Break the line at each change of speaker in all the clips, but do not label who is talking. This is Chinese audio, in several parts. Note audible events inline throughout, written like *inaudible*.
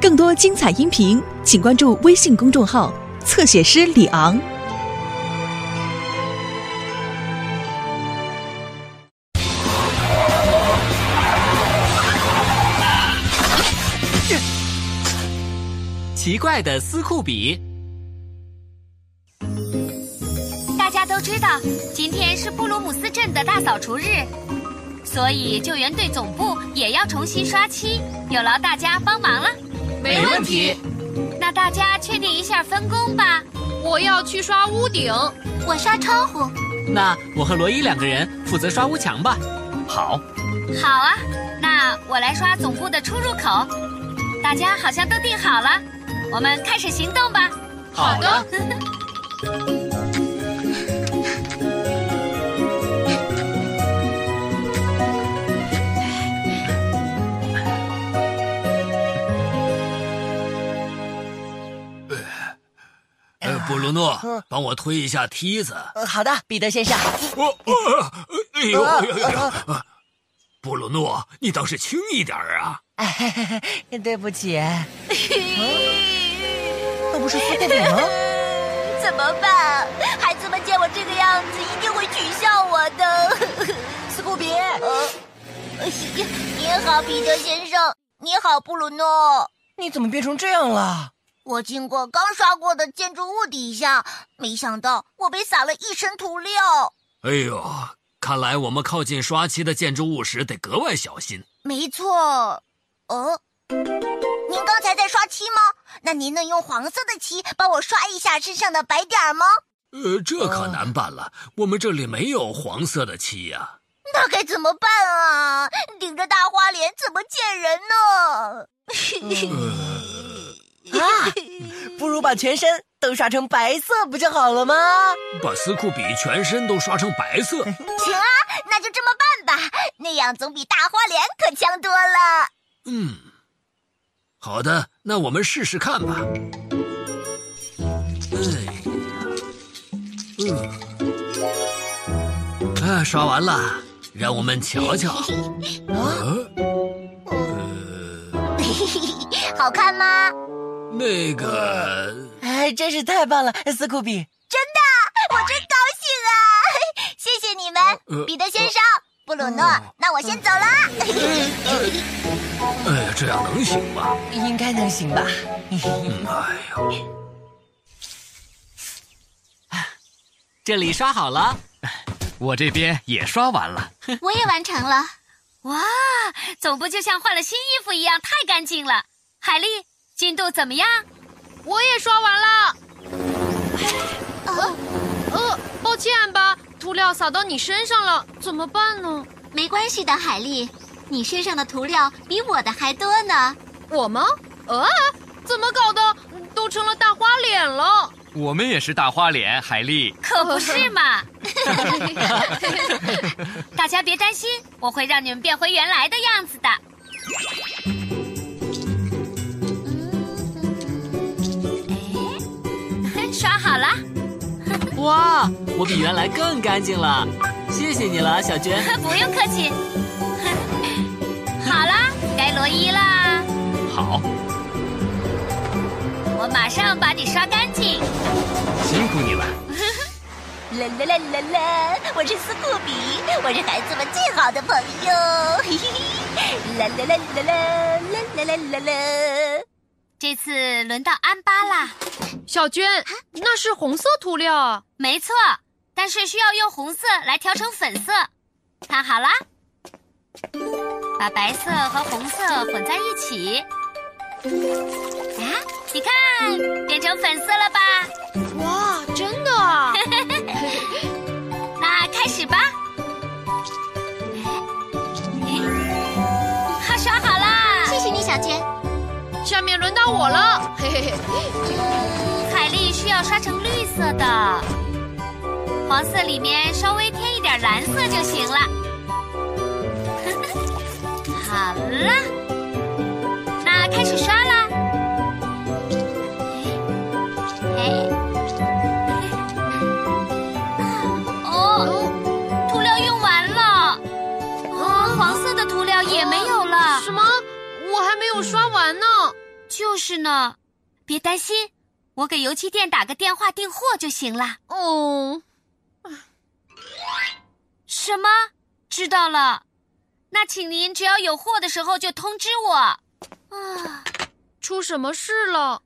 更多精彩音频，请关注微信公众号“侧写师李昂”。
奇怪的斯库比，
大家都知道，今天是布鲁姆斯镇的大扫除日，所以救援队总部也要重新刷漆，有劳大家帮忙了。
没问题。
那大家确定一下分工吧。
我要去刷屋顶，
我刷窗户。
那我和罗伊两个人负责刷屋墙吧。
好。
好啊，那我来刷总部的出入口。大家好像都定好了，我们开始行动吧。
好
*laughs*
的。
呃，布鲁诺，帮我推一下梯子。
呃好的，彼得先生。
我我哦哎呦呦呦！啊布鲁诺，你倒是轻一点啊！
对不起，那不是斯库比吗？
怎么办？ *laughs* 孩子们见我这个样子，一定会取笑我的。 *laughs*
斯库比，
呃你好，彼得先生。你好，布鲁诺。
你怎么变成这样了？
我经过刚刷过的建筑物底下，没想到我被撒了一身涂料。
哎呦，看来我们靠近刷漆的建筑物时得格外小心。
没错，哦，您刚才在刷漆吗？那您能用黄色的漆帮我刷一下身上的白点吗？
呃，这可难办了，哦、我们这里没有黄色的漆呀、啊。
那该怎么办啊？顶着大花脸怎么见人呢？
呃啊，不如把全身都刷成白色不就好了吗？
把斯库比全身都刷成白色，
行啊，那就这么办吧，那样总比大花脸可强多了。
嗯，好的，那我们试试看吧。哎呀，嗯，啊，刷完了，让我们瞧瞧。啊，
呃，好看吗？
那个，
哎，真是太棒了，斯库比！
真的，我真高兴啊！ *laughs* 谢谢你们，呃、彼得先生、呃、布鲁诺、呃。那我先走
了。哎呀，这样能行吗？
应该能行吧。
哎呦，
啊这里刷好了，
我这边也刷完了，
我也完成了。
哇，总部就像换了新衣服一样，太干净了。海丽。进度怎么样？
我也刷完了。
哦
呃呃，抱歉吧，涂料洒到你身上了，怎么办呢？
没关系的，海丽，你身上的涂料比我的还多呢。
我吗？啊，怎么搞的？都成了大花脸了。
我们也是大花脸，海丽。
可不是嘛！
*laughs*
大家别担心，我会让你们变回原来的样子的。哎刷好了，
哇，我比原来更干净了，谢谢你了，小娟。
*laughs* 不用客气。好啦，该罗伊啦。
好，
我马上把你刷干净。
辛苦你了。
啦啦啦啦啦，我是斯库比，我是孩子们最好的朋友。嘿嘿，啦啦啦啦啦啦啦啦啦。
这次轮到安巴啦，
小娟，那是红色涂料啊，
没错，但是需要用红色来调成粉色。看好啦，把白色和红色混在一起，啊，你看，变成粉色了吧？
哇，真的啊！
*laughs* 那开始吧， *laughs* 哈，刷好啦！
谢谢你，小娟。
下面轮到我了，嘿嘿嘿。
海丽需要刷成绿色的，黄色里面稍微添一点蓝色就行了。 *laughs* 好了，那开始刷啦。哎， *laughs* 哦，
啊
涂料用完了，哦，黄色的涂料也没有了。
什么？我还没有刷完呢。
就是呢，别担心，我给油漆店打个电话订货就行了。
哦，
什么？知道了。那请您只要有货的时候就通知我。啊，
出什么事了？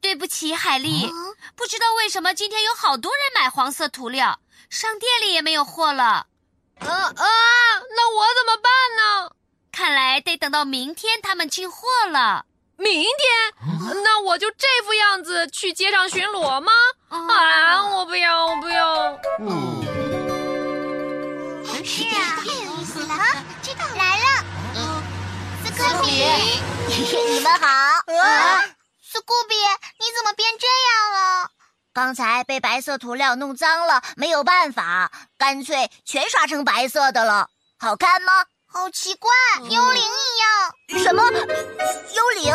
对不起，海
啊
丽，不知道为什么今天有好多人买黄色涂料，商店里也没有货了。
呃啊，那我怎么办呢？
看来得等到明天他们进货了。
明天？那我就这副样子去街上巡逻吗？
哦
啊，我不要，我不要。
是啊，太有意思了啊！知道来了，嗯斯库比，你们好。啊，斯库比，你怎么变这样了？刚才被白色涂料弄脏了，没有办法，干脆全刷成白色的了。好看吗？好奇怪，幽灵一样。什么？幽灵？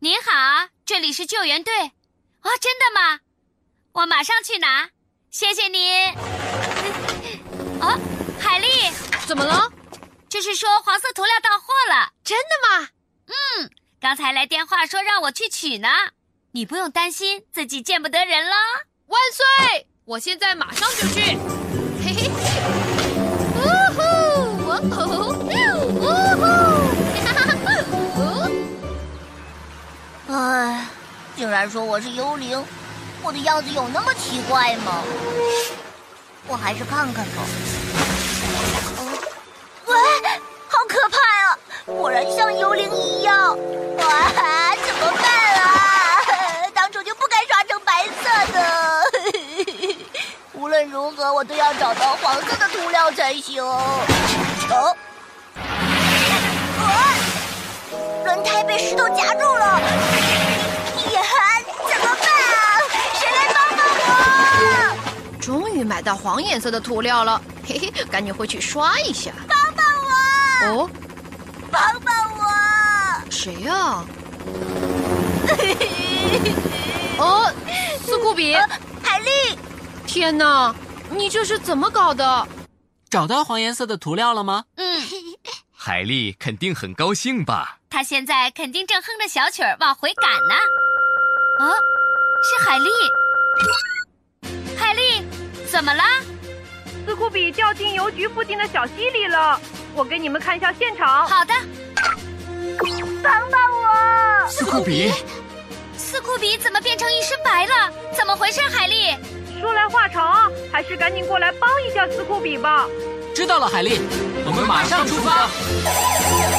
您好，这里是救援队。啊，真的吗？我马上去拿，谢谢您。哦，海丽，
怎么了？
就是说黄色涂料到货了。嗯
真的吗？
刚才来电话说让我去取呢，你不用担心自己见不得人了。
万岁！我现在马上就去。嘿嘿，呜呼，哇哦，呜呼，哈哈哈！哦，
哎，竟然说我是幽灵，我的样子有那么奇怪吗？我还是看看吧。哦喂，好可怕呀、果然像幽灵一样。哇，怎么办啊？当初就不该刷成白色的。无论如何，我都要找到黄色的涂料才行。哦，啊！呃轮胎被石头夹住了，呀，怎么办啊？谁来帮帮我？
终于买到黄颜色的涂料了，嘿嘿，赶紧回去刷一下。
帮帮我！
哦，
帮帮我！
谁呀、 *laughs* 哦，斯库比，
海丽，
天哪，你这是怎么搞的？
找到黄颜色的涂料了吗？
嗯，
海丽肯定很高兴吧？
他现在肯定正哼着小曲儿往回赶呢。哦，是海丽。海丽，怎么啦？
斯库比掉进邮局附近的小溪里了。我给你们看一下现场。
好的，
帮帮我！
斯库比，
斯库比怎么变成一身白了？怎么回事，海丽？
说来话长，还是赶紧过来帮一下斯库比吧。
知道了，海丽，我们马上出发。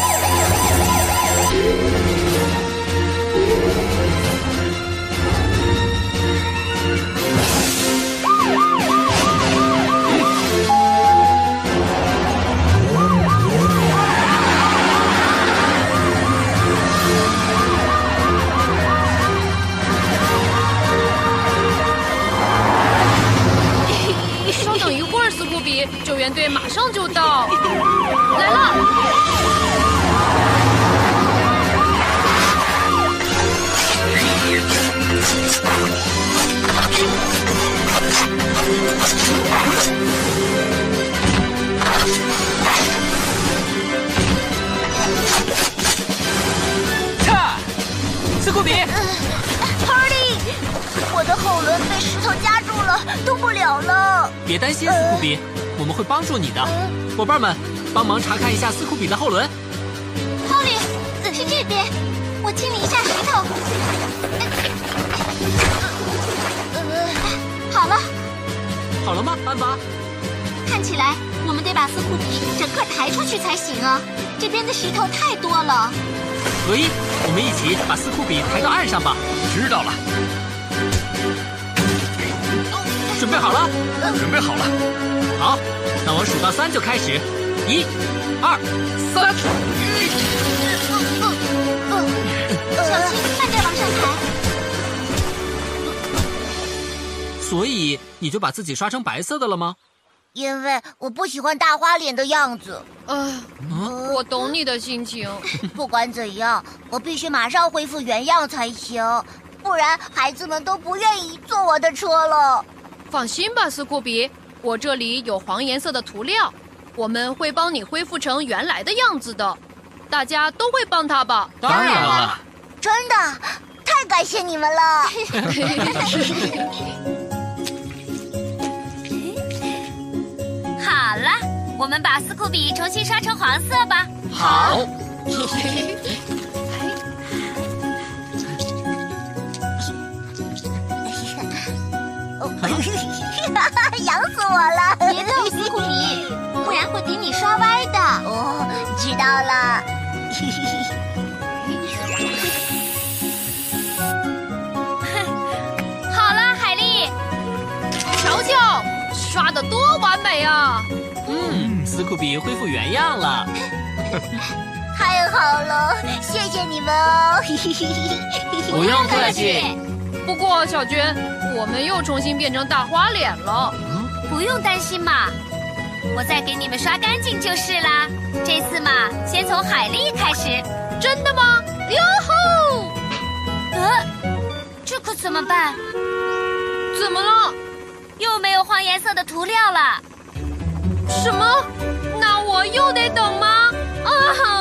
稍等一会儿，斯库比，救援队马上就到。来了，
看，斯库比，
，Party！我的后轮被石头夹住了，动不了了。
别担心，斯库比，我们会帮助你的。伙伴们，帮忙查看一下斯库比的后轮。
Polly，是这边，我清理一下石头。呃，好了，
好了吗，安巴？
看起来我们得把斯库比整个抬出去才行啊！这边的石头太多了。
罗伊，我们一起把斯库比抬到岸上吧。
知道了，
准备好了？
准备好了。
好，那我数到三就开始，一、二、三。
呃小心，慢点往上抬。
所以你就把自己刷成白色的了吗？
因为我不喜欢大花脸的样
*laughs*
子。
啊
呃，我懂你的心情。
不管怎样，我必须马上恢复原样才行，不然孩子们都不愿意坐我的车了。
放心吧，斯库比，我这里有黄颜色的涂料，我们会帮你恢复成原来的样子的，大家都会帮他吧？
当然了，
真的，太感谢你们了。 *laughs*
好了，我们把斯库比重新刷成黄色吧。
好，
痒死我了！
别闹，斯库比，不然会给你刷歪的。
哦，知道了。
好了，海丽，
瞧瞧，刷的多完美啊！
嗯，斯库比恢复原样了。
太好了，谢谢你们哦。
*laughs*
不用客气。
不过小娟，我们又重新变成大花脸了。
不用担心嘛，我再给你们刷干净就是啦。这次嘛，先从海丽开始。
真的吗？哟吼！
呃，这可怎么办？
怎么了？
又没有换颜色的涂料了。
什么？那我又得等吗？啊！
*laughs*